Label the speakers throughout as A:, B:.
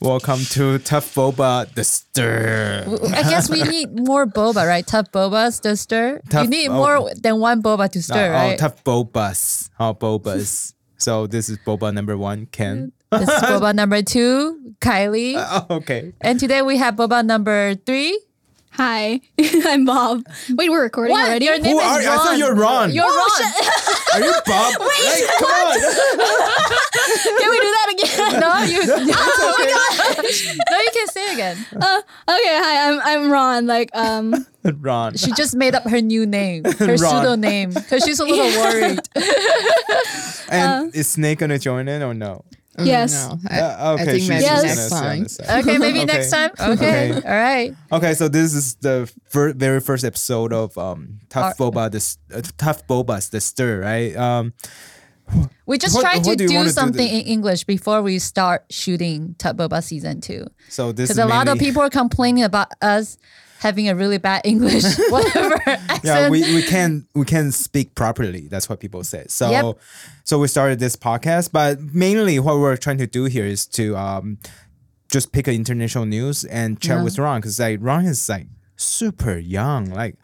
A: Welcome to Tough Boba the Stir. Uh,
B: I guess we need more boba, right? Tough bobas to stir.
A: Tough
B: you need
A: boba.
B: more than one boba to stir,
A: Uh, oh,
B: right?
A: Tough Bobas. Oh, Bobas. so this is Boba number one, Ken.
B: This is boba number two, Kylie.
A: Oh, okay.
B: and today we have boba number three.
C: Hi, I'm Bob. Wait, we're recording
B: What?
C: already?
B: Your name
A: Who
B: is
A: are you? I thought
B: Ron. Oh,
A: you're Ron.
B: You're Ron.
A: Are you Bob? Wait, come on.
B: Can we do that again? no, you. Oh no, you can say again.
C: Uh, okay, hi, I'm I'm Ron. Like, um,
A: Ron.
B: She just made up her new name, her
A: Ron.
B: pseudonym, because she's a little worried. uh,
A: And is Snake gonna join in or no?
C: yes.
D: Mm, No, I,
A: Uh,
D: I think maybe
B: she's
A: on
B: Yes.
A: the
D: next
A: side, on
D: time.
A: the side.
B: Okay, maybe next
A: Okay.
B: time. Okay,
A: Okay.
B: all right.
A: Okay, so this is the fir- very first episode of um, Tough Boba the S- uh, Tough Bobas the Stir, right? Um,
B: We just
A: What-
B: tried to
A: what do
B: do,
A: you wanna do
B: something
A: then?
B: in English before we start shooting Tut Boba season two.
A: so this is
B: Because a lot of
A: mainly-
B: people are complaining about us having a really bad English, whatever accent.
A: Yeah, we, we can we can speak properly. That's what people say. So
B: Yep.
A: so we started this podcast, but mainly what we're trying to do here is to um just pick an international news and
B: Uh-huh.
A: chat with Ron because like Ron is like super young. Like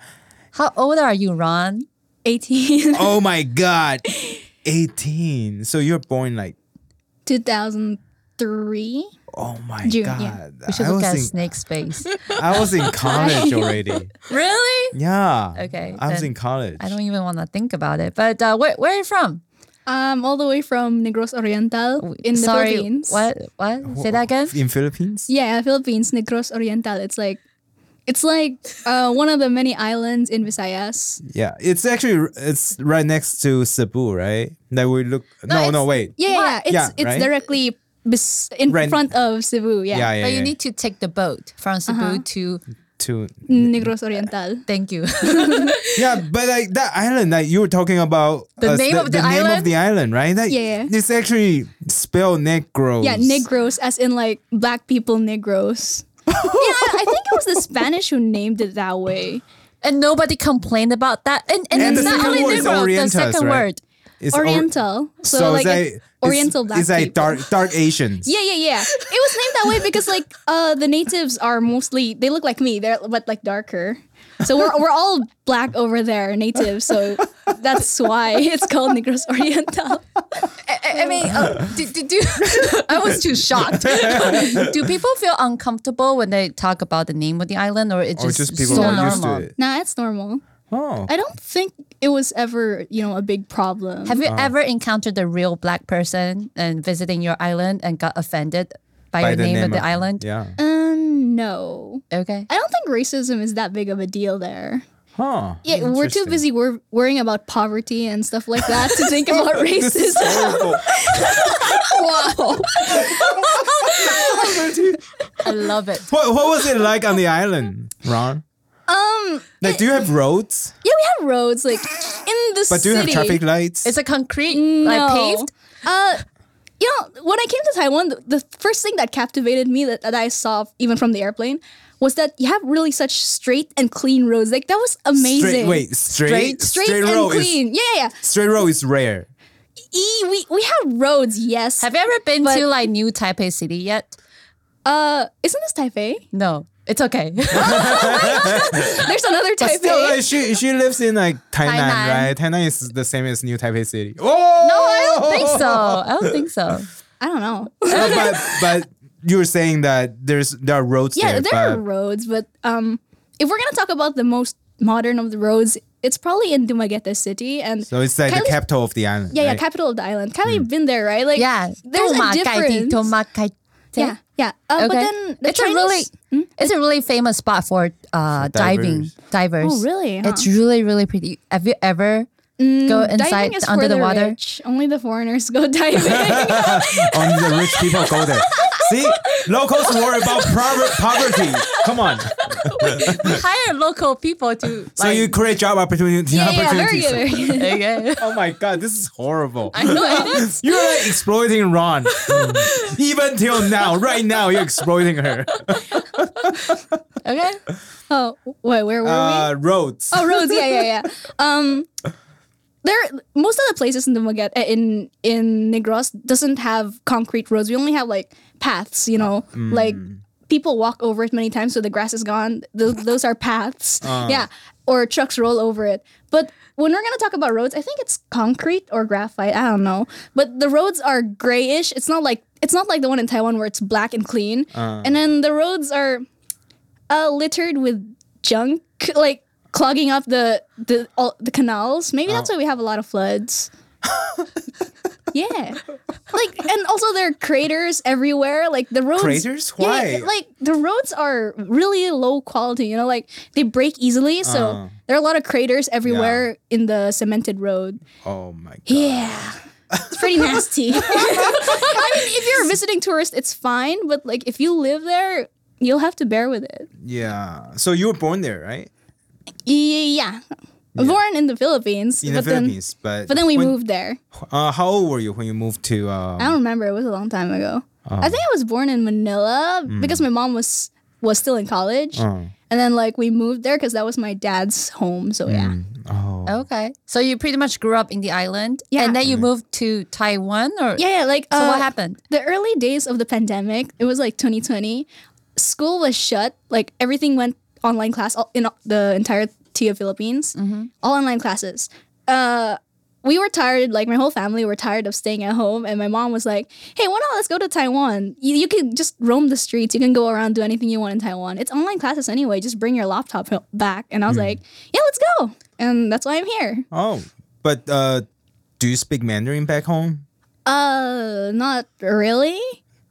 B: How old are you, Ron?
C: 18,
A: oh my god, eighteen. So you're born like
C: 2003.
A: oh my
C: June, yeah.
A: god.
B: We should
A: I
B: look
A: was
B: at
A: in
B: Snake's face.
A: I was in college already.
B: really?
A: Yeah.
B: Okay,
A: I was
B: then
A: in college.
B: I don't even want to think about it. But uh, where, where are you from?
C: Um, all the way from Negros Oriental in the
B: Sorry,
C: Philippines.
B: What? What? Say that again.
A: in Philippines.
C: Yeah, Philippines, Negros Oriental. It's like, it's like uh, one of the many islands in Visayas.
A: Yeah, it's actually it's right next to Cebu, right? That we look. No, no,
B: it's-
A: wait.
C: Yeah, yeah, it's
A: Yeah,
C: it's
A: right?
C: directly bes- in
A: Right.
C: front of Cebu. Yeah.
A: Yeah, yeah.
B: but
A: yeah.
B: you need to take the boat from Cebu
C: Uh-huh.
B: to.
A: to.
C: Negros Oriental.
B: Thank you.
A: Yeah, but like that island that you were talking about.
B: The name of the
A: name of
B: island?
A: the island, right? That,
C: Yeah.
A: It's actually spelled Negros.
C: Yeah, Negros, as in like black people Negros. yeah, I think it was the Spanish who named it that way.
B: and nobody complained about that. And and,
A: And
B: it's
A: the
B: not
A: second
B: only
A: word is
B: Negro, the
A: Orientas,
B: second
A: right?
B: word.
A: It's or-
C: Oriental. So, like
A: it's
C: it's Oriental
A: it's,
C: black
A: It's like
C: people.
A: dark, dark Asians.
C: Yeah, yeah, yeah. It was named that way because like uh the natives are mostly they look like me, they're but like darker. So we're we're all black over there, natives. So that's why it's called Negros Oriental.
B: I, I mean, uh, do, do, do, I was too shocked. do people feel uncomfortable when they talk about the name of the island, or it's
A: Or
B: just,
A: Oh, just people
B: so
A: are
B: normal?
A: used to it.
C: Nah, it's normal.
A: Oh.
C: I don't think it was ever, you know, a big problem.
B: Have you ever encountered a real black person and visiting your island and got offended by, your
A: the
B: name, of the island?
A: Yeah.
C: um no.
B: Okay.
C: I don't think racism is that big of a deal there.
A: Huh.
C: Yeah, we're too
A: Interesting.
C: busy wor- worrying about poverty and stuff like that to think about
A: This is
C: racism.
A: horrible.
B: Wow. I love it.
A: what, what was it like on the island, Ron?
C: Um,
A: Like, do you have roads?
C: yeah, we have roads like in the
A: But do
C: city.
A: you have traffic lights?
B: It's a concrete,
C: No.
B: like paved.
C: Uh, you know, when I came to Taiwan, the, the first thing that captivated me that, that I saw even from the airplane was that you have really such straight and clean roads. Like that was amazing.
A: Straight, wait, straight,
B: Straight-
C: Straight,
A: road
C: and
A: is-
C: clean. yeah, yeah.
A: straight road is rare.
C: yeah. E, we we have roads. Yes.
B: Have you ever been
C: But-
B: to like New Taipei City yet?
C: uh, isn't this Taipei?
B: No, it's okay.
C: There's another
A: But
C: Taipei.
A: still, like, she she lives in like Tainan,
B: Tainan.
A: right? Tainan is the same as New Taipei City. Oh
B: No, I don't think so. I don't think so.
C: I don't know.
A: but but you were saying that there's there are roads
C: Yeah,
A: there,
C: there
A: but
C: are roads, but um, if we're gonna talk about the most modern of the roads, it's probably in Dumaguete City, and
A: so it's like the
C: Kylie's-
A: capital of the island.
C: yeah,
A: right?
C: yeah,
A: Hmm.
C: capital of the island. Kind of been there, right? Like,
B: Yeah,
C: there's a difference. yeah, yeah. Uh,
B: Oh,
C: But then the
B: it's a really
C: Chinese-
B: it's a really famous spot for uh, diving divers.
C: oh really? huh?
B: It's really Mm, really pretty. Have you ever go inside
C: diving is
B: under
C: for
B: the water?
C: rich. Only the foreigners go diving.
A: Only the rich people go there. See, locals worry about prover- poverty. Come on,
B: Hire local people to. Like,
A: so you create job opportunity,
C: yeah, yeah, very
A: opportunities.
C: good. Very good.
B: okay.
A: oh my god, this is horrible.
B: I know it is.
A: You're like exploiting Ron. Even till now, right now, you're exploiting her.
B: Okay.
C: Oh wait, where were we?
A: Uh, roads.
C: Oh, roads. Yeah, yeah, yeah. Um, there eh, most of the places in the Maget, in in Negros doesn't have concrete roads. We only have like paths, you know, like people walk over it many times, so the grass is gone. Those, those are paths. Yeah. Or trucks roll over it. But when we're going to talk about roads, I think it's concrete or graphite. I don't know. But the roads are grayish. It's not like, it's not like the one in Taiwan where it's black and clean. And then the roads are uh, littered with junk, like clogging up the the all, the canals. Maybe that's
A: Oh.
C: why we have a lot of floods. yeah, like and also there are craters everywhere. Like the roads.
A: Craters?
C: Yeah,
A: Why?
C: like the roads are really low quality. You know, like they break easily. So
A: Uh.
C: there are a lot of craters everywhere in the cemented road.
A: Oh my god.
C: Yeah. It's pretty nasty. I mean, if you're a visiting tourist, it's fine, but like if you live there, you'll have to bear with it.
A: Yeah. So you were born there, right?
C: Yeah. Born in the Philippines.
A: In
C: but
A: the
C: then,
A: Philippines, but
C: But then we
A: when-
C: moved there.
A: Uh, how old were you when you moved to? Um,
C: I don't remember. It was a long time ago.
A: Oh.
C: I think I was born in Manila because my mom was was still in college.
A: Hmm. Oh.
C: And then like we moved there because that was my dad's home. So yeah.
A: oh.
B: Okay. So you pretty much grew up in the island.
C: Yeah.
B: And then you moved to Taiwan or
C: Yeah, yeah, like
B: so
C: uh,
B: what happened?
C: the early days of the pandemic, it was like 2020. School was shut. Like everything went online class all, in the entirety of Philippines. All online classes. Uh, we were tired. Like my whole family were tired of staying at home, and my mom was like, "Hey, why not let's go to Taiwan? You, you can just roam the streets. You can go around, do anything you want in Taiwan. It's online classes anyway. Just bring your laptop ho- back." And I was like, "Yeah, let's go." And that's why I'm here.
A: Oh. But uh, do you speak Mandarin back home?
C: Uh, not really.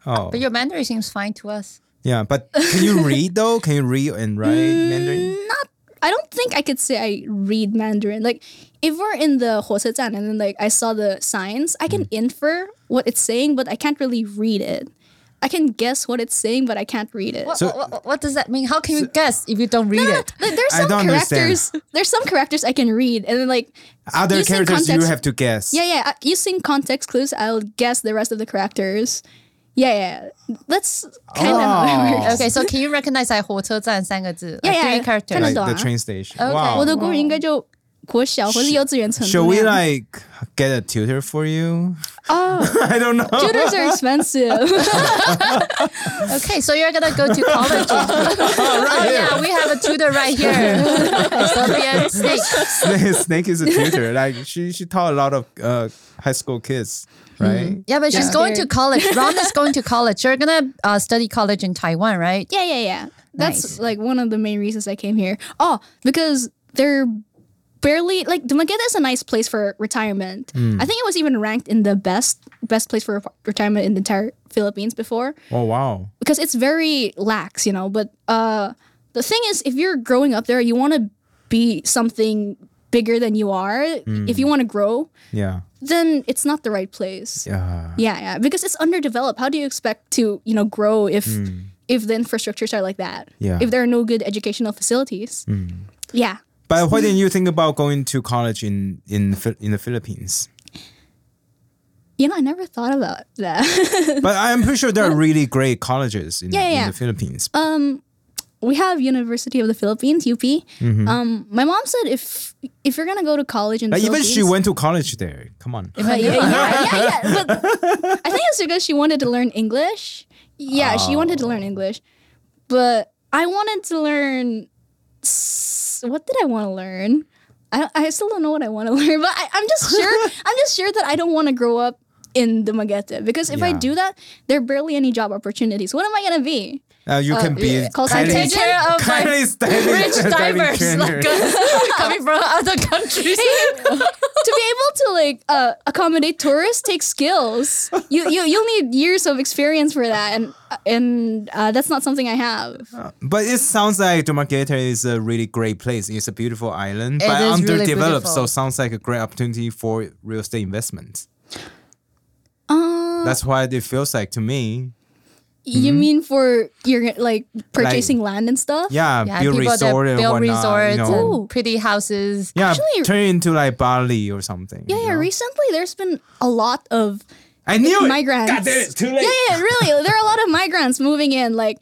A: Oh.
B: But your Mandarin seems fine to us.
A: yeah. But can you read though? Can you read and write Mandarin?
C: not I don't think I could say I read Mandarin. Like if we're in the Hosetan and then like I saw the signs, I
A: Mm.
C: can infer what it's saying, but I can't really read it. I can guess what it's saying, but I can't read it.
B: What,
A: So-
B: what, what- what does that mean? How can you guess if you don't read it?
C: Like, there's
A: I
C: some
A: don't understand.
C: characters. There's some characters I can read, and then like
A: Other
C: using
A: characters you
C: context-
A: have to guess.
C: yeah, yeah. uh, Using context clues, I'll guess the rest of the characters. Yeah, yeah. That's kind of how it
A: Oh.
C: works.
B: Okay, so can you recognize like 火车站三个字? like
C: Yeah, yeah,
B: three
C: yeah.
B: characters.
C: Kind
A: Like
C: of-
A: the
C: Kinda.
A: train station.
B: Okay.
A: Wow.
C: 我的国语应该就国小或者幼稚园程度那样。
A: Should we like get a tutor for you? Oh. I don't know.
C: Tutors are expensive.
B: Okay, so you're gonna go to college. oh yeah, we have a tutor right here. so be a snake.
A: Snake, Snake is a tutor. Like she, she taught a lot of uh, high school kids, right?
B: Yeah, but she's
C: Yeah.
B: going to
C: Scared.
B: college. Ron is going to college. You're gonna uh, study college in Taiwan, right?
C: Yeah, yeah, yeah. That's
B: Nice.
C: like one of the main reasons I came here. Oh, because they're barely like Dumaguete is a nice place for retirement. I think it was even ranked in the best best place for re- retirement in the entire Philippines before
A: Oh wow.
C: because it's very lax, you know. But uh, the thing is, if you're growing up there, you want to be something bigger than you are. If you want to grow,
A: Yeah.
C: then it's not the right place.
A: Yeah.
C: Yeah, yeah, because it's underdeveloped. How do you expect to, you know, grow if if the infrastructures are like that?
A: Hmm. Yeah. Hmm.
C: If there are no good educational facilities. Yeah.
A: But why didn't you think about going to college in in the Phil- in the Philippines?
C: You know, I never thought about that.
A: But I'm pretty sure there are really great colleges in,
C: Yeah, yeah,
A: in
C: yeah.
A: the Philippines.
C: we have University of the Philippines, UP.
A: Mm-hmm.
C: Um, my mom said if if you're gonna go to college in the
A: like even
C: Philippines,
A: she went to college there. Come on.
C: Yeah, yeah, yeah, yeah, yeah. But I think it's because she wanted to learn English. Yeah, she wanted to learn English, but I wanted to learn. s- What did I want to learn? I, I still don't know what I want to learn, but I, I'm just sure I'm just sure that I don't want to grow up in the Magete because if I
A: Yeah.
C: do that, there are barely any job opportunities. What am I gonna be?
A: Uh, you can be
C: yeah. Call
A: Kylie-
C: center
B: care of my
A: Kylie's diving-
B: Rich
A: diving
B: divers
A: trainer.
B: like us coming from other countries.
C: to be able to like uh, accommodate tourists takes skills. You you you'll need years of experience for that, and and uh, that's not something I have.
A: But it sounds like Dumaguete is a really great place. It's a beautiful island,
B: It
A: but
B: is really
A: underdeveloped, so
B: beautiful.
A: sounds like a great opportunity for real estate investment.
C: Uh,
A: That's why it feels like to me.
C: you mean for your like purchasing land and stuff?
A: Mm-hmm. Yeah,
B: yeah,
A: build
B: people that
A: resort and
B: build
A: whatnot. you
B: resorts
A: know.
B: and pretty houses.
A: yeah,
C: Actually-
A: turn into like Bali or something.
C: Yeah,
A: you
C: yeah.
A: know?
C: Recently, there's been a lot of
A: I knew it.
C: migrants.
A: God damn it, it's too late.
C: Yeah, yeah, really. There are a lot of migrants moving in. Like,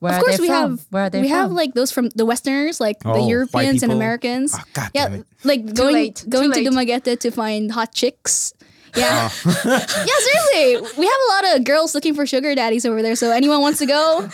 B: Where
C: of
B: are
C: course,
B: they
C: we
B: from?
C: have
B: Where are they
C: we
B: from?
C: have like those from the Westerners, like
A: Oh,
C: the
A: white
C: Europeans and
A: people?
C: Americans.
A: Oh, God
C: yeah,
A: damn it.
C: like going
B: late, too
C: going
B: late.
C: to Dumaguete to find hot chicks. Yeah.
A: Oh.
C: yeah, seriously. We have a lot of girls looking for sugar daddies over there. So anyone wants to go,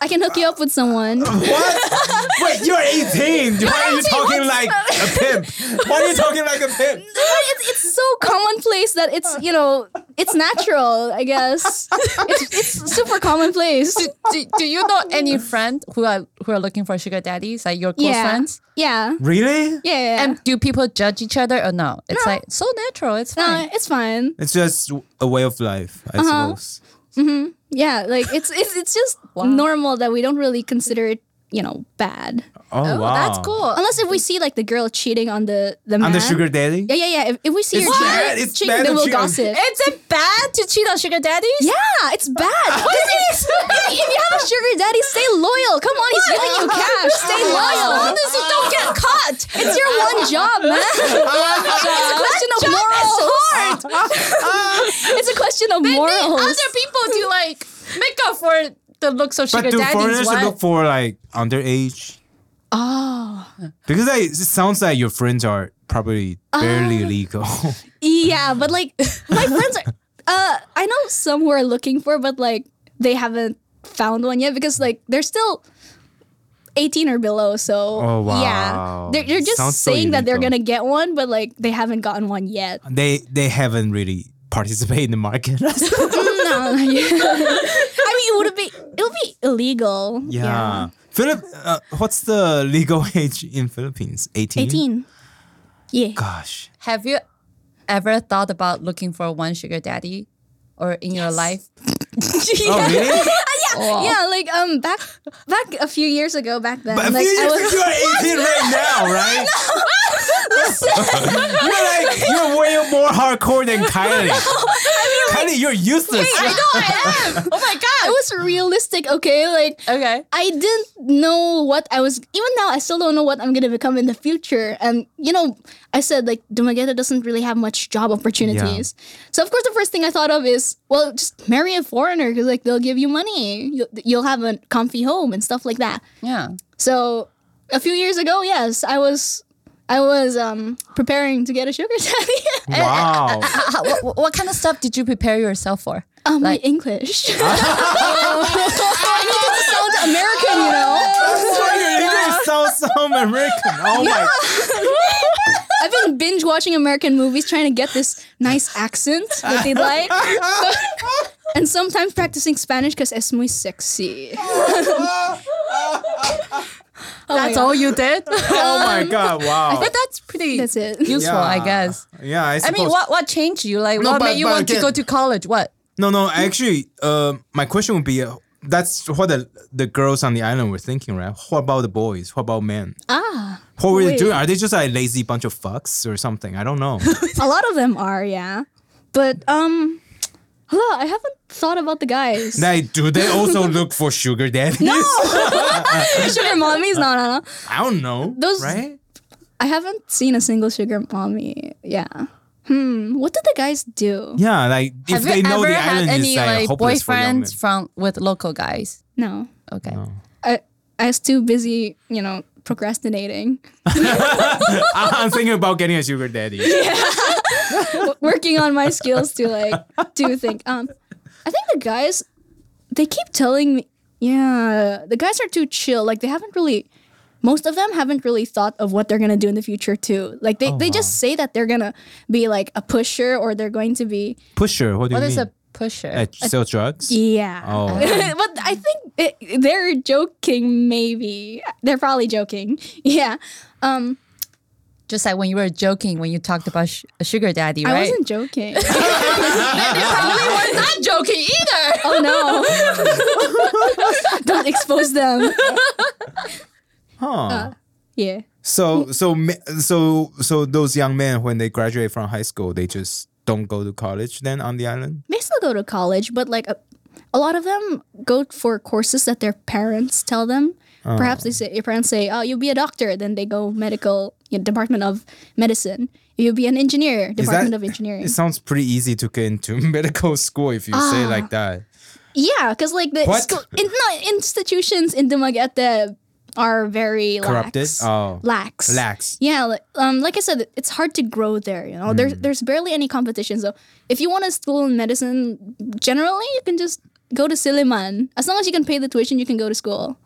C: I can hook you up with someone.
A: What? Wait, you're 18. Why are you talking like a pimp? Why are you talking like a pimp?
C: But it's, it's so commonplace that it's, you know, it's natural, I guess. It's, it's super commonplace.
B: do, do, do you know any friend who are who are looking for sugar daddies? Like your close
C: Yeah.
B: friends?
C: Yeah.
A: Really?
C: Yeah. yeah.
B: And do people judge each other or no? It's like so natural. It's fine.
C: no, it's fine.
A: It's just a way of life, I
B: Uh-huh.
A: suppose.
C: Yeah, like it's it's it's just
B: Wow.
C: normal that we don't really consider it, you know, bad.
A: Oh,
B: Oh,
A: wow.
B: that's cool.
C: Unless if we see like the girl cheating on the the man.
A: I'm the sugar daddy.
C: Yeah, yeah, yeah. If, if we see
A: It's
C: her cheating,
A: bad. It's
C: cheating,
A: bad
C: then
A: to
C: we'll
A: cheat on-
C: gossip.
B: Is it bad to cheat on sugar daddies?
C: Yeah, it's bad. Because if, if you have a sugar daddy, stay loyal. Come on, he's giving you cash. Stay
B: Oh,
C: loyal.
B: As long as you don't get caught.
C: It's your one job, man. it's a question of morals. it's a question of
B: Then
C: morals.
B: other people do like make up for the looks of
A: But
B: sugar
A: do
B: daddies.
A: foreigners
B: What?
A: look for like underage? Oh. Because I, it sounds like your friends are probably barely legal.
C: Yeah, but like my friends are uh I know some who are looking for but like they haven't found one yet because like they're still 18 or below so
A: Oh, wow.
C: yeah they're, they're just
A: Sounds so
C: saying that they're
A: illegal.
C: gonna get one but like they haven't gotten one yet
A: they they haven't really participated in the market.
C: no yeah. i mean it would be it would be illegal
A: yeah. Philip, uh, what's the legal age in Philippines? 18?
C: 18 yeah
A: Gosh.
B: Have you ever thought about looking for one sugar daddy or in your life?
A: Oh, really?
B: Oh.
C: yeah like um back back a few years ago back then
A: But if
C: like
A: you,
C: I was,
A: you are 18 right now, right? you're like, you're way more hardcore than Kylie. Kylie, you're useless.
B: I know I am. Oh my
C: I
B: god.
C: was realistic okay like
B: Okay.
C: I didn't know what I was. Even now, I still don't know what I'm gonna become in the future. And you know, I said like Dumaguete doesn't really have much job opportunities. So of course, the first thing I thought of is, well, just marry a foreigner because like they'll give you money, you'll, you'll have a comfy home and stuff like that.
B: Yeah.
C: So a few years ago, yes, I was, I was um preparing to get a sugar daddy.
A: Wow.
B: Uh, what- what, what kind of stuff did you prepare yourself for?
C: um, my
B: Like-
C: English. I need to sound American, you know.
A: That's why your English sounds so American. Oh my.
C: I've been binge watching American movies trying to get this nice accent that they like. and sometimes practicing Spanish because es muy sexy. Oh my
B: that's
C: God.
B: all you did? but
A: Oh my god, wow.
B: that's pretty
C: That's it.
B: useful, I guess.
A: Yeah, I
B: I
A: suppose.
B: mean, what what changed you? Like,
A: No,
B: what
A: but-
B: made you
A: but
B: want to
A: again-
B: go to college? What?
A: No, no. Actually, uh, my question would be: uh, That's what the, the girls on the island were thinking, right? What about the boys? What about men?
C: Ah,
A: What were they
C: wait.
A: doing? Are they just a lazy bunch of fucks or something? I don't know.
C: a lot of them are, yeah. But um, hello, I haven't thought about the guys.
A: now, do they also look for sugar daddies? No,
C: sugar mommies? No, no, no.
A: I don't know.
C: Those-
A: right?
C: I haven't seen a single sugar mommy. Yeah. Hmm. What did the guys do?
A: Yeah, like if
B: Have
A: they
B: you
A: know
B: ever
A: the
B: had
A: island
B: any
A: is like,
B: like
A: hopeless for young men.
B: boyfriends from with local guys?
C: No.
B: Okay.
C: I I was too busy, you know, procrastinating,
A: I'm thinking about getting a sugar daddy.
C: w- working on my skills to like do think. Um, I think the guys, they keep telling me, yeah, the guys are too chill. Like they haven't really, most of them haven't really thought of what they're gonna do in the future too. Like they they just say that they're gonna be like a pusher or they're going to be
A: Pusher, what do
B: What
A: you
B: is
A: mean?
B: a pusher?
A: Uh, sell drugs?
C: yeah.
A: Oh,
C: but I think it, they're joking. Maybe they're probably joking. Yeah. Um,
B: Just like when you were joking when you talked about sh- a sugar daddy, right?
C: I wasn't joking.
B: probably was not joking either.
C: Oh no. Don't expose them.
A: huh.
B: Uh,
C: Yeah.
A: So so me- so so those young men when they graduate from high school, they just don't go to college then on the island.
C: They still go to college, but like a, a lot of them go for courses that their parents tell them.
A: Oh.
C: Perhaps they say your parents say, "Oh, you'll be a doctor." Then they go medical you know, department of medicine. You'll be an engineer,
A: Is
C: department
A: that-
C: of engineering.
A: It sounds pretty easy to get into medical school if you
C: Ah,
A: say it like that.
C: Yeah, because like the
A: What?
C: school, in, no, institutions in Dumaguete are very
A: Corrupted?
C: lax.
A: Oh.
C: Lax.
A: Lax.
C: Yeah, li- um, like I said, it's hard to grow there. You know, there's
A: Mm.
C: there's barely any competition. So if you want to school in medicine, generally you can just go to Siliman. As long as you can pay the tuition, you can go to school.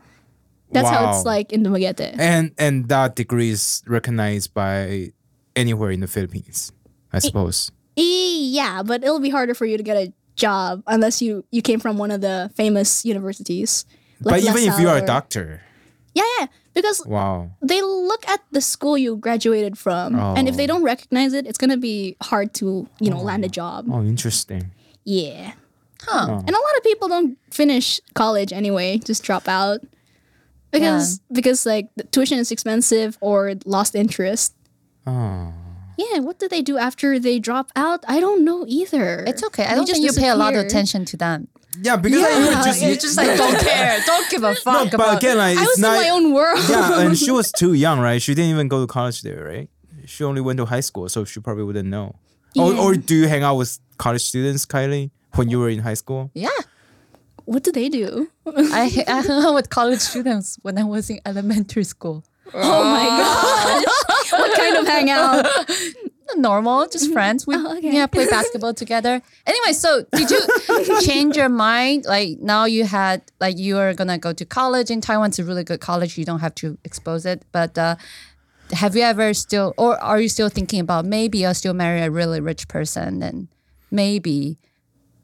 C: That's how
A: Wow.
C: it's like in Dumaguete.
A: And and that degree is recognized by anywhere in the Philippines, I suppose.
C: E- yeah, but it'll be harder for you to get a job unless you you came from one of the famous universities.
A: but
C: like La
A: even if you are
C: Salle
A: a
C: or-
A: doctor,
C: yeah, yeah, because
A: wow.
C: they look at the school you graduated from, and
A: Oh.
C: if they don't recognize it, it's gonna be hard to you know land a job.
A: Oh, interesting.
C: Yeah.
B: Huh.
A: Oh.
C: And a lot of people don't finish college anyway, just drop out. Because because like the tuition is expensive or lost interest.
A: Oh.
C: Yeah, what do they do after they drop out? I don't know either.
B: It's okay. I
C: They
B: don't
C: just
B: think you pay a lot of
C: disappear.
B: attention to them.
A: Yeah, because I
B: You
A: would just,
B: just like don't care. Don't give a fuck
A: but
B: about
A: again, like,
C: I
A: it's
C: was
A: not
C: in my own world.
A: yeah, and she was too young, right? She didn't even go to college there, right? She only went to high school, so she probably wouldn't know. Or,
C: Yeah.
A: or do you hang out with college students, Kylie, when you were in high school?
B: Yeah.
C: What do they do?
B: I, I hung out with college students when I was in elementary school.
C: Oh my gosh. what kind of hangout?
B: Normal, just friends. We
C: Oh, okay.
B: yeah, play basketball together. Anyway, so did you change your mind? Like now you had like you are gonna go to college in Taiwan. It's a really good college. You don't have to expose it. But uh, have you ever still or are you still thinking about maybe I'll still marry a really rich person and maybe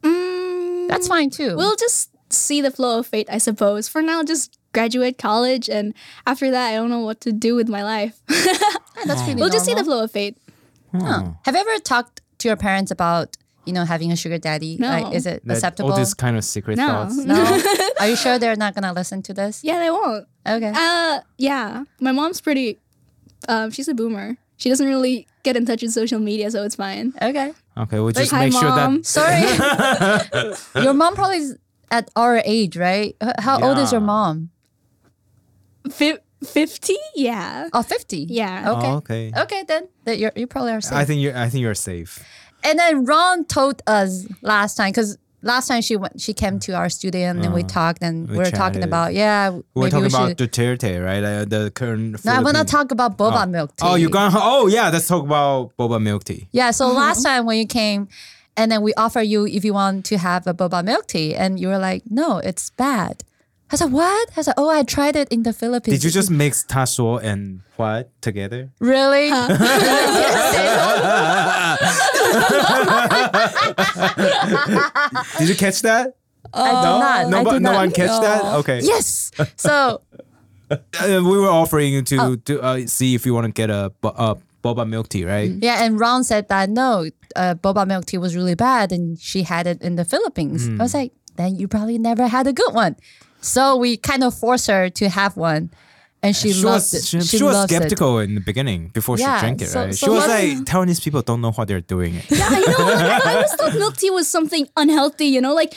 B: that's fine too.
C: Mm, We'll just see the flow of fate, I suppose. For now, just graduate college and after that I don't know what to do with my life.
B: Yeah, that's pretty
C: we'll just see the
B: normal.
C: flow of fate.
A: Mm.
B: Huh. Have you ever talked to your parents about, you know, having a sugar daddy?
C: No.
B: Like, is it
A: That-
B: acceptable?
A: All these kind of secret
C: No.
A: thoughts.
B: no. Are you sure they're not gonna listen to this?
C: Yeah, they won't.
B: Okay.
C: Uh, yeah. My mom's pretty. Um, she's a boomer. She doesn't really get in touch with social media, so it's fine.
B: Okay.
A: Okay, we'll just
C: Hi,
A: make sure
C: Mom.
A: that.
B: Sorry. your mom probably is at our age, right? H- How old is your
A: Yeah.
B: mom?
C: Fif- Fifty? Yeah.
B: Oh, 50.
C: Yeah.
B: Okay.
A: Oh, okay.
B: Okay, then that you're, you probably are safe.
A: I think you're. I think you're safe.
B: and then Ron told us last time because last time she went, she came to our studio and then we talked and we
A: Uh, we
B: were talking
A: chatted.
B: about yeah,
A: We're
B: maybe
A: talking
B: we
A: about
B: should.
A: Duterte, right? Like, the current.
B: no, I want to
A: Philippine-
B: talk about boba milk tea.
A: Oh, you're gonna. Oh, yeah. Let's talk about boba milk tea.
B: Yeah. So last time when you came, and then we offer you if you want to have a boba milk tea, and you were like, no, it's bad. I said, what? I said, oh, I tried it in the Philippines.
A: Did you just mix tasso and what together?
B: really?
A: Did you catch that?
B: I did not.
A: no,
B: I
A: but
B: did
A: no
B: not.
A: one catch that. Okay.
B: Yes. So
A: Uh, we were offering you to to uh, see if you want to get a bo- uh, boba milk tea, right?
B: yeah, and Ron said that no, uh, boba milk tea was really bad, and she had it in the Philippines.
A: Hmm.
B: I was like, then you probably never had a good one. So we kind of forced her to have one, and she,
A: She
B: loved
A: was
B: it.
A: she, she was
B: loves it.
A: skeptical in the beginning before
B: Yeah,
A: she drank it, right?
B: so-
A: she
B: so
A: was
B: let's-
A: like, Taiwanese people don't know what they're doing. It.
C: Yeah, I know. Like, I always thought milk tea was something unhealthy, you know. Like,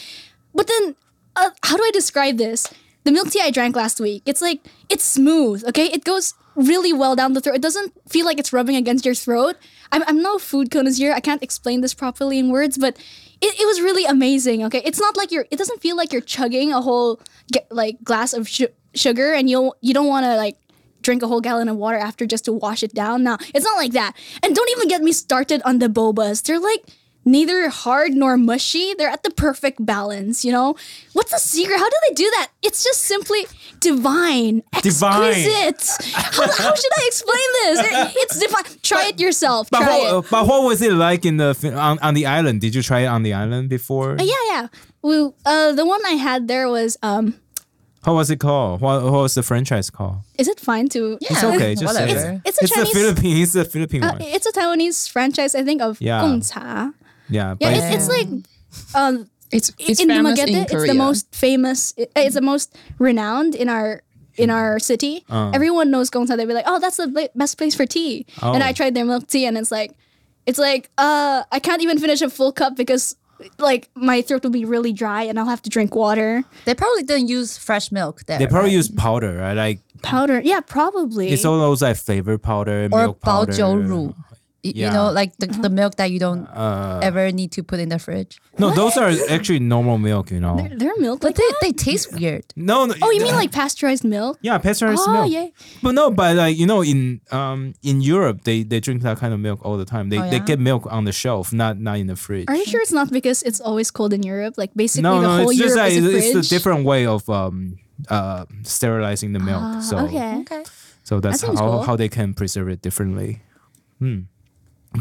C: but then, uh, how do I describe this? The milk tea I drank last week. It's like it's smooth. Okay, it goes really well down the throat. It doesn't feel like it's rubbing against your throat. I'm I'm no food connoisseur. I can't explain this properly in words, but. It, it was really amazing. Okay, it's not like you're. It doesn't feel like you're chugging a whole ge- like glass of su- sugar, and you you don't want to like drink a whole gallon of water after just to wash it down. Now it's not like that. And don't even get me started on the bobas. They're like neither hard nor mushy. They're at the perfect balance, you know? What's the secret? How do they do that? It's just simply divine.
A: Divine.
C: Exquisite. how, how should I explain this? It- it's divine. Try it yourself.
A: But oh.
C: Try it.
A: what, uh, but what was it like in the Fi- on, on the island? Did you try it on the island before?
C: Yeah, yeah. We, uh, the one I had there was, um,
A: What was it called? What, what was the franchise called?
C: is it fine to?
B: Yeah,
A: It's okay, just say
B: whatever.
A: that.
C: It's a
A: the
C: Chinese-
A: Philippine. It's the Philippine
C: Uh,
A: one.
C: it's a Taiwanese franchise, I think, of
A: Yeah.
C: Gong Cha.
A: Yeah,
C: Yeah,
A: but
C: it's, it's like um,
D: It's it's
C: in
D: famous
C: Dumaguete,
D: in
C: it's
D: Korea.
C: the most famous. it- It's the most renowned in our in our city.
A: Uh.
C: Everyone knows Gongcha. They'd be like, "Oh, that's the bla- best place for tea." And
A: Oh.
C: I tried their milk tea, and it's like, it's like, uh, I can't even finish a full cup because like my throat will be really dry, and I'll have to drink water,
B: They probably didn't use fresh milk there.
A: they
B: right?
A: probably use powder, right? Like
C: powder. Yeah, probably.
A: it's all those like flavor powder,
B: or
A: milk powder.
B: baojiu ru. Y- You
A: Yeah.
B: know, like the, the milk that you don't
A: Uh,
B: ever need to put in the fridge.
A: no, those are actually normal milk, you know.
C: There are milk
B: But
C: like
B: they,
C: that?
B: they taste weird.
A: No, no.
C: Oh, you mean like pasteurized milk?
A: yeah, pasteurized
C: Oh,
A: milk.
C: yeah.
A: But no, but like you know, in um in Europe, they they drink that kind of milk all the time. They
B: Oh,
A: they
B: yeah?
A: get milk on the shelf, not not in the fridge.
C: Are you sure it's not because it's always cold in Europe? Like basically
A: no,
C: the
A: no,
C: whole
A: it's just
C: Europe
A: that
C: is a
A: it's,
C: fridge.
A: it's a different way of um uh sterilizing the milk.
C: Ah,
A: so
C: okay.
A: so that's how
C: That seems cool.
A: how they can preserve it differently. Hmm.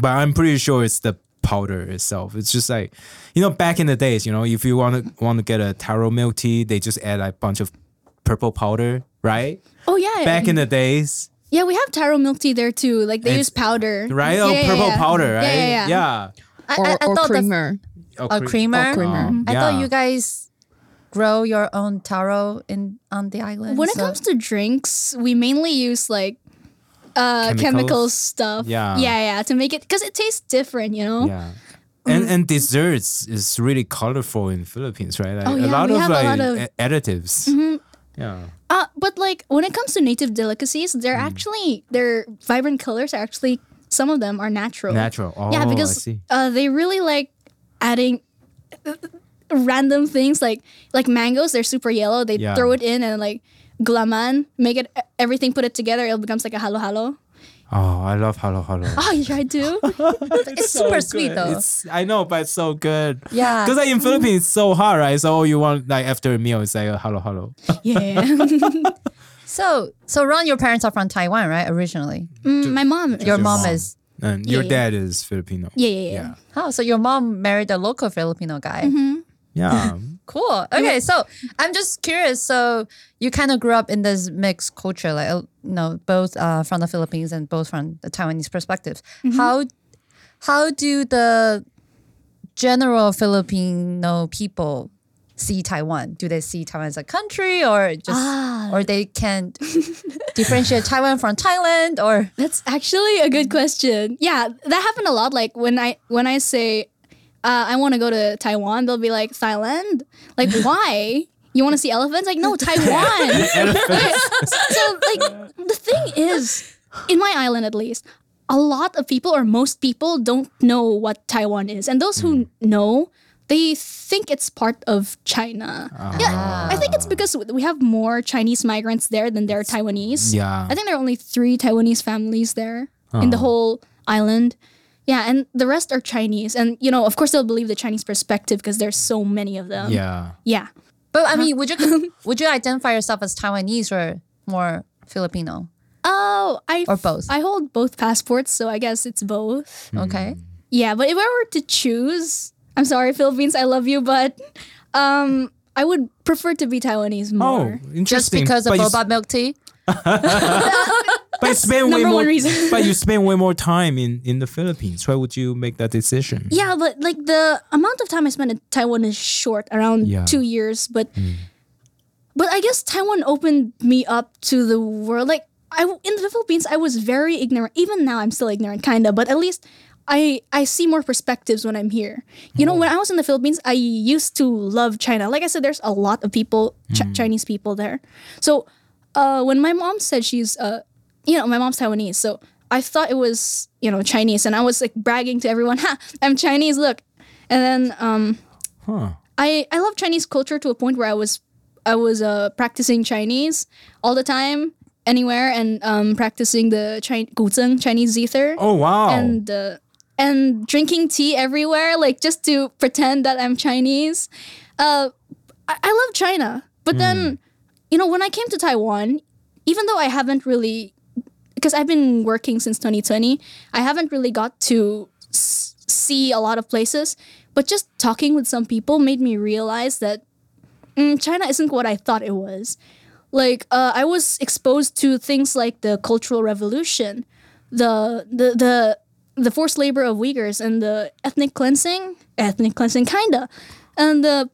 A: But I'm pretty sure it's the powder itself. It's just like you know, back in the days, you know, if you want to want to get a taro milk tea, they just add like, a bunch of purple powder, right?
C: Oh yeah.
A: Back in the days.
C: yeah, we have taro milk tea there too. Like they
A: It's-
C: use powder.
A: right?
C: Yeah,
A: oh,
C: yeah,
A: purple
C: yeah.
A: powder, right?
C: Yeah, yeah, yeah.
B: I,
D: Or,
B: I, I
D: or
B: thought the,
D: creamer.
B: Oh,
A: cre-
B: creamer?
A: oh,
D: creamer.
A: um,
B: I thought
A: yeah.
B: you guys grow your own taro in on the island.
C: When it
B: so-
C: comes to drinks, we mainly use like uh
A: Chemicals?
C: chemical stuff.
A: Yeah.
C: Yeah, yeah, to make it because it tastes different, you know.
A: Yeah.
C: Mm.
A: And and desserts is really colorful in Philippines, right? Like,
C: Oh,
A: a
C: yeah,
A: lot
C: we
A: of
C: have a
A: like
C: lot of-
A: a-
C: Mm-hmm.
A: additives. Yeah.
C: Uh, but like when it comes to native delicacies, they're
A: Mm.
C: actually their vibrant colors are actually some of them are natural.
A: Natural. Oh,
C: yeah,
A: I
C: because
A: see.
C: uh, they really like adding random things like like mangoes. They're super yellow. They
A: Yeah.
C: throw it in and like glaman, make it e-, everything put it together. It becomes like a halo halo.
A: Oh, I love halo halo.
C: Oh, you tried to?
B: it's super sweet though.
A: It's I know, but it's so good.
B: yeah.
A: Because like
C: Mm-hmm.
A: in Philippines, it's so hard, right? So all you want like after a meal is like a halo halo.
C: yeah. Mm,
B: So so Ron, your parents are from Taiwan, right? Originally.
C: Mm, my mom.
B: Your mom,
A: mom.
B: is
A: And your
C: Yeah, yeah.
A: dad is Filipino.
C: Yeah, yeah, yeah.
B: oh, so your mom married a local Filipino guy.
A: Yeah.
B: Cool. Okay, so I'm just curious. So you kind of grew up in this mixed culture, like uh, you know, both uh, from the Philippines and both from the Taiwanese perspectives.
C: Mm-hmm.
B: How how do the general Filipino people see Taiwan? Do they see Taiwan as a country, or just,
C: Ah.
B: or they can differentiate Taiwan from Thailand, or
C: That's actually a good question. Yeah, that happened a lot. Like when I when I say uh, I want to go to Taiwan, they'll be like Thailand. Like why? You want to see elephants? Like no, Taiwan. so like the thing is, in my island at least, a lot of people or most people don't know what Taiwan is, and those
A: Hmm.
C: who know, they think it's part of China. Yeah, I
A: Ah.
C: think it's because we have more Chinese migrants there than there are Taiwanese.
A: Yeah.
C: I think there are only three Taiwanese families there in the whole island. Yeah, and the rest are Chinese. And, you know, of course, they'll believe the Chinese perspective because there's so many of them.
A: yeah.
C: Yeah.
B: but
C: Uh-huh.
B: I mean, would you would you identify yourself as Taiwanese or more Filipino
C: Oh, I.
B: or both?
C: I hold both passports, so I guess it's both.
A: Hmm.
B: okay.
C: Yeah, but if I were to choose, I'm sorry, Philippines, I love you, but um, I would prefer to be Taiwanese
A: Oh,
C: more.
A: interesting.
B: Just because of
A: But you
B: boba milk tea?
A: But you spend way
C: number
A: more.
C: one reason.
A: but you spend way more time in in the Philippines. Why would you make that decision?
C: Yeah, but like the amount of time I spent in Taiwan is short, around
A: Yeah.
C: two years. But but I guess Taiwan opened me up to the world. Like I in the Philippines, I was very ignorant. Even now, I'm still ignorant, kinda. But at least I I see more perspectives when I'm here. You know, when I was in the Philippines, I used to love China. Like I said, there's a lot of people, Ch- Chinese people there. So uh, when my mom said she's uh, you know, my mom's Taiwanese, so I thought it was you know Chinese, and I was like bragging to everyone, "Ha, I'm Chinese! Look." And then um,
A: Huh.
C: I I love Chinese culture to a point where I was I was uh, practicing Chinese all the time, anywhere, and um, practicing the Chi- guzheng Chinese ether
A: Oh wow.
C: and uh, and drinking tea everywhere, like just to pretend that I'm Chinese. Uh, I, I love China, but
A: Hmm.
C: then you know when I came to Taiwan, even though I haven't really, because I've been working since 2020, I haven't really got to s- see a lot of places. But just talking with some people made me realize that mm, China isn't what I thought it was. Like uh, I was exposed to things like the Cultural Revolution, the the the the forced labor of Uyghurs and the ethnic cleansing, ethnic cleansing kinda, and the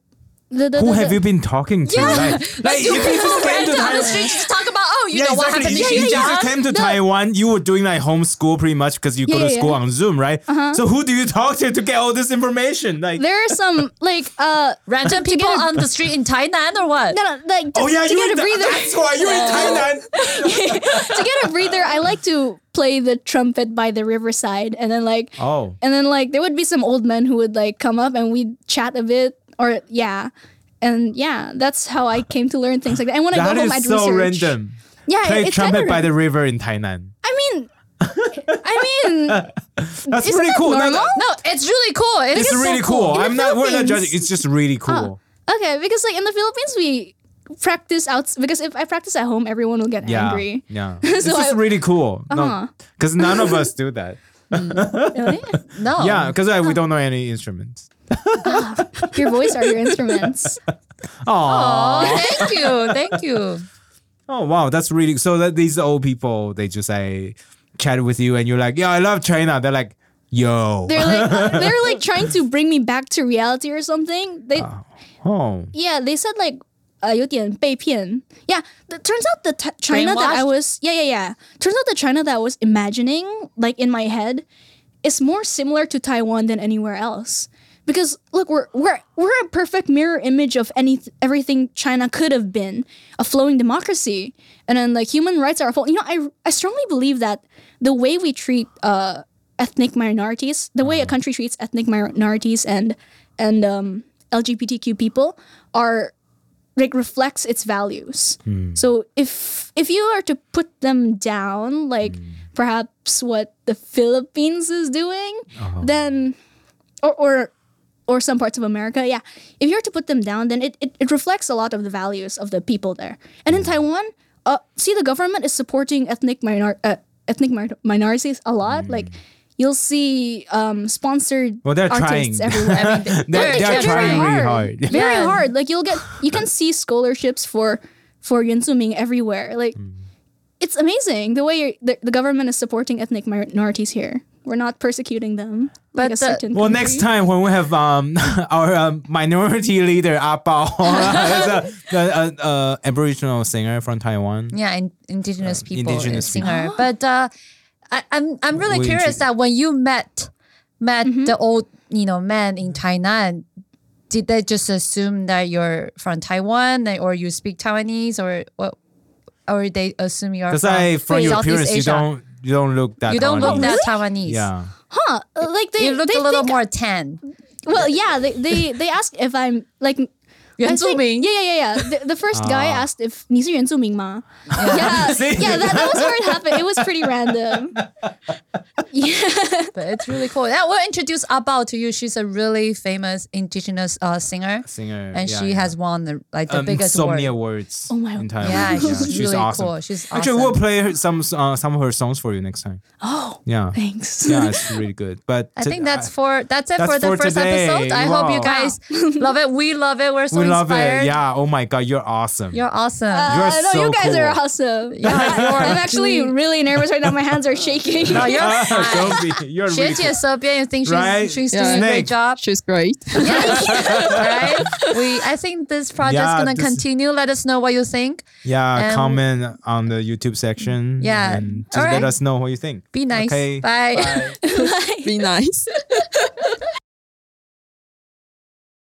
C: the, the,
A: Who
C: the-
A: have you been talking to? Like, like if you just came to
B: down
A: Taiwan.
B: the street just talk about oh you
A: Yeah,
B: know what
A: exactly.
B: happened
A: If
B: in
A: you just
B: Xinjiang.
A: came to
C: No.
A: Taiwan, you were doing like homeschool pretty much because you go to
C: Yeah, yeah, Uh-huh.
A: school
C: yeah.
A: on Zoom, right? So who do you talk to to get all this information? Like,
C: There are some like uh
B: Random people on the street in Thailand or what?
C: no, no, like
A: oh yeah,
C: to
A: you in
C: get a
A: Tha-
C: breather.
A: That's why you in Thailand.
C: to get a breather, I like to play the trumpet by the riverside, and then like,
A: Oh,
C: and then like, there would be some old men who would like come up, and we'd chat a bit, or yeah, and yeah, that's how I came to learn things like that. And when I
A: that
C: go home,
A: is
C: I'd
A: so
C: research.
A: random.
C: Yeah,
A: Play
C: it's
A: trumpet
C: kind of
A: by the river in Thailand.
C: I mean, I mean,
A: That's
C: Isn't
A: pretty
C: that
A: cool. No, no,
C: normal?
B: No, it's really cool. It's,
A: It's
B: so
A: really cool.
C: In the
A: I'm not. We're not
C: Philippines. Oh,
A: judging. It's just really cool.
C: okay, because like in the Philippines, we practice out because if I practice at home, everyone will get
A: yeah.
C: angry.
A: Yeah. it's just
C: I- Uh-huh.
A: really cool. Because none of us do that.
C: Really? Oh.
B: No.
A: Yeah. Because like, we don't know any instruments.
C: your voice are your instruments.
A: Oh.
B: Oh, thank you, thank you.
A: Oh wow, that's really so. That these old people they just like chat with you, and you're like, yeah, I love China. They're like, yo.
C: They're like they're like trying to bring me back to reality or something. They
A: oh.
C: yeah, they said like uh, 有点被骗. Yeah, it turns out the t- China that I
B: Brainwashed?
C: was yeah yeah yeah. Turns out the China that I was imagining like in my head is more similar to Taiwan than anywhere else. Because look, we're we're we're a perfect mirror image of any everything China could have been, a flowing democracy, and then like human rights are full. You know, I I strongly believe that the way we treat uh ethnic minorities, the way a country treats ethnic minorities and and um, LGBTQ people are like reflects its values.
A: Hmm.
C: So if if you are to put them down, like
A: Hmm.
C: perhaps what the Philippines is doing,
A: Uh-huh.
C: then or or or some parts of America, yeah. If you're to put them down, then it, it, it reflects a lot of the values of the people there. And
A: Hmm.
C: in Taiwan, uh, see the government is supporting ethnic minor uh, ethnic minor- minorities a lot. Like you'll see um,
A: Hmm.
C: sponsored
A: Well, they're
C: artists
A: trying.
C: everywhere.
B: I mean, they're,
A: They're, they're
C: they're
A: trying
C: trying
A: really
C: hard.
A: hard.
C: very
B: Yeah.
C: hard. Like you'll get you can see scholarships for for Yun Suming everywhere. Like
A: Mm.
C: it's amazing the way the, the government is supporting ethnic minorities here. We're not persecuting them. like
B: But
C: a
B: the-
C: certain
A: Well, next
C: country.
A: time when we have um, our um, minority leader Abao, as a, a, a, a Aboriginal singer from Taiwan.
B: yeah, in, indigenous people,
A: indigenous
B: uh, singer. But uh, I, I'm I'm really
A: We
B: curious
A: intro-
B: that when you met met the old you know man in Tainan, did they just assume that you're from Taiwan like, or you speak Taiwanese or what? Or they assume you're
A: Because
B: from,
A: I, from your
B: Southeast
A: appearance, you
B: Asia.
A: don't you don't look that.
B: you don't look
A: Taiwanese.
B: that Taiwanese.
A: Yeah.
C: huh? uh, Like they
B: You look
C: they
B: a little
C: think-
B: more tan.
C: Well, yeah. They they they ask if I'm like. I think-
B: Zuming.
C: yeah, yeah, yeah, yeah. The, the first guy
A: Ah.
C: asked if 你是原住民吗? Yeah,
A: See?
C: yeah. That, that was where it happened. It was pretty random. Yeah.
B: But it's really cool. Yeah, we'll introduce Abao to you. She's a really famous indigenous uh, singer,
A: Singer.
B: and
A: yeah,
B: she
A: yeah.
B: has won the, like the
A: Um,
B: biggest
A: so
B: award.
A: many awards.
C: Oh my-
A: In Taiwan.
B: Yeah, she's
A: she's
B: really
A: awesome.
B: cool. She's awesome.
A: Actually, we'll play her, some uh, some of her songs for you next time.
C: Oh,
A: Yeah.
C: thanks.
A: yeah, it's really good. But
B: I
A: to-
B: think that's for that's it
A: That's
B: for
A: for
B: the first
A: today.
B: episode. I hope you
A: Wow.
B: guys love it. We love it. We're so
A: we love
B: inspired.
A: it. Yeah. Oh my God, you're awesome.
B: You're awesome.
A: You're
C: Uh, no,
A: so
C: you guys
A: cool.
C: are awesome. Yeah, I'm actually really nervous right now. My hands are shaking.
B: no, you're
A: Don't be. You're really
B: Xie
A: cool.
B: is so beautiful. You think she's,
A: Right?
B: she's doing
D: Yeah.
B: a
A: Snake.
B: great job,
D: She's great.
B: right? We, I think this project's
A: Yeah,
B: gonna
A: this-
B: continue. Let us know what you think.
A: Yeah.
B: Um,
A: comment on the YouTube section.
B: Yeah.
A: And just
B: All
A: let
B: right.
A: us know what you think.
B: Be nice.
A: Okay.
B: Bye.
A: Bye.
D: Be nice.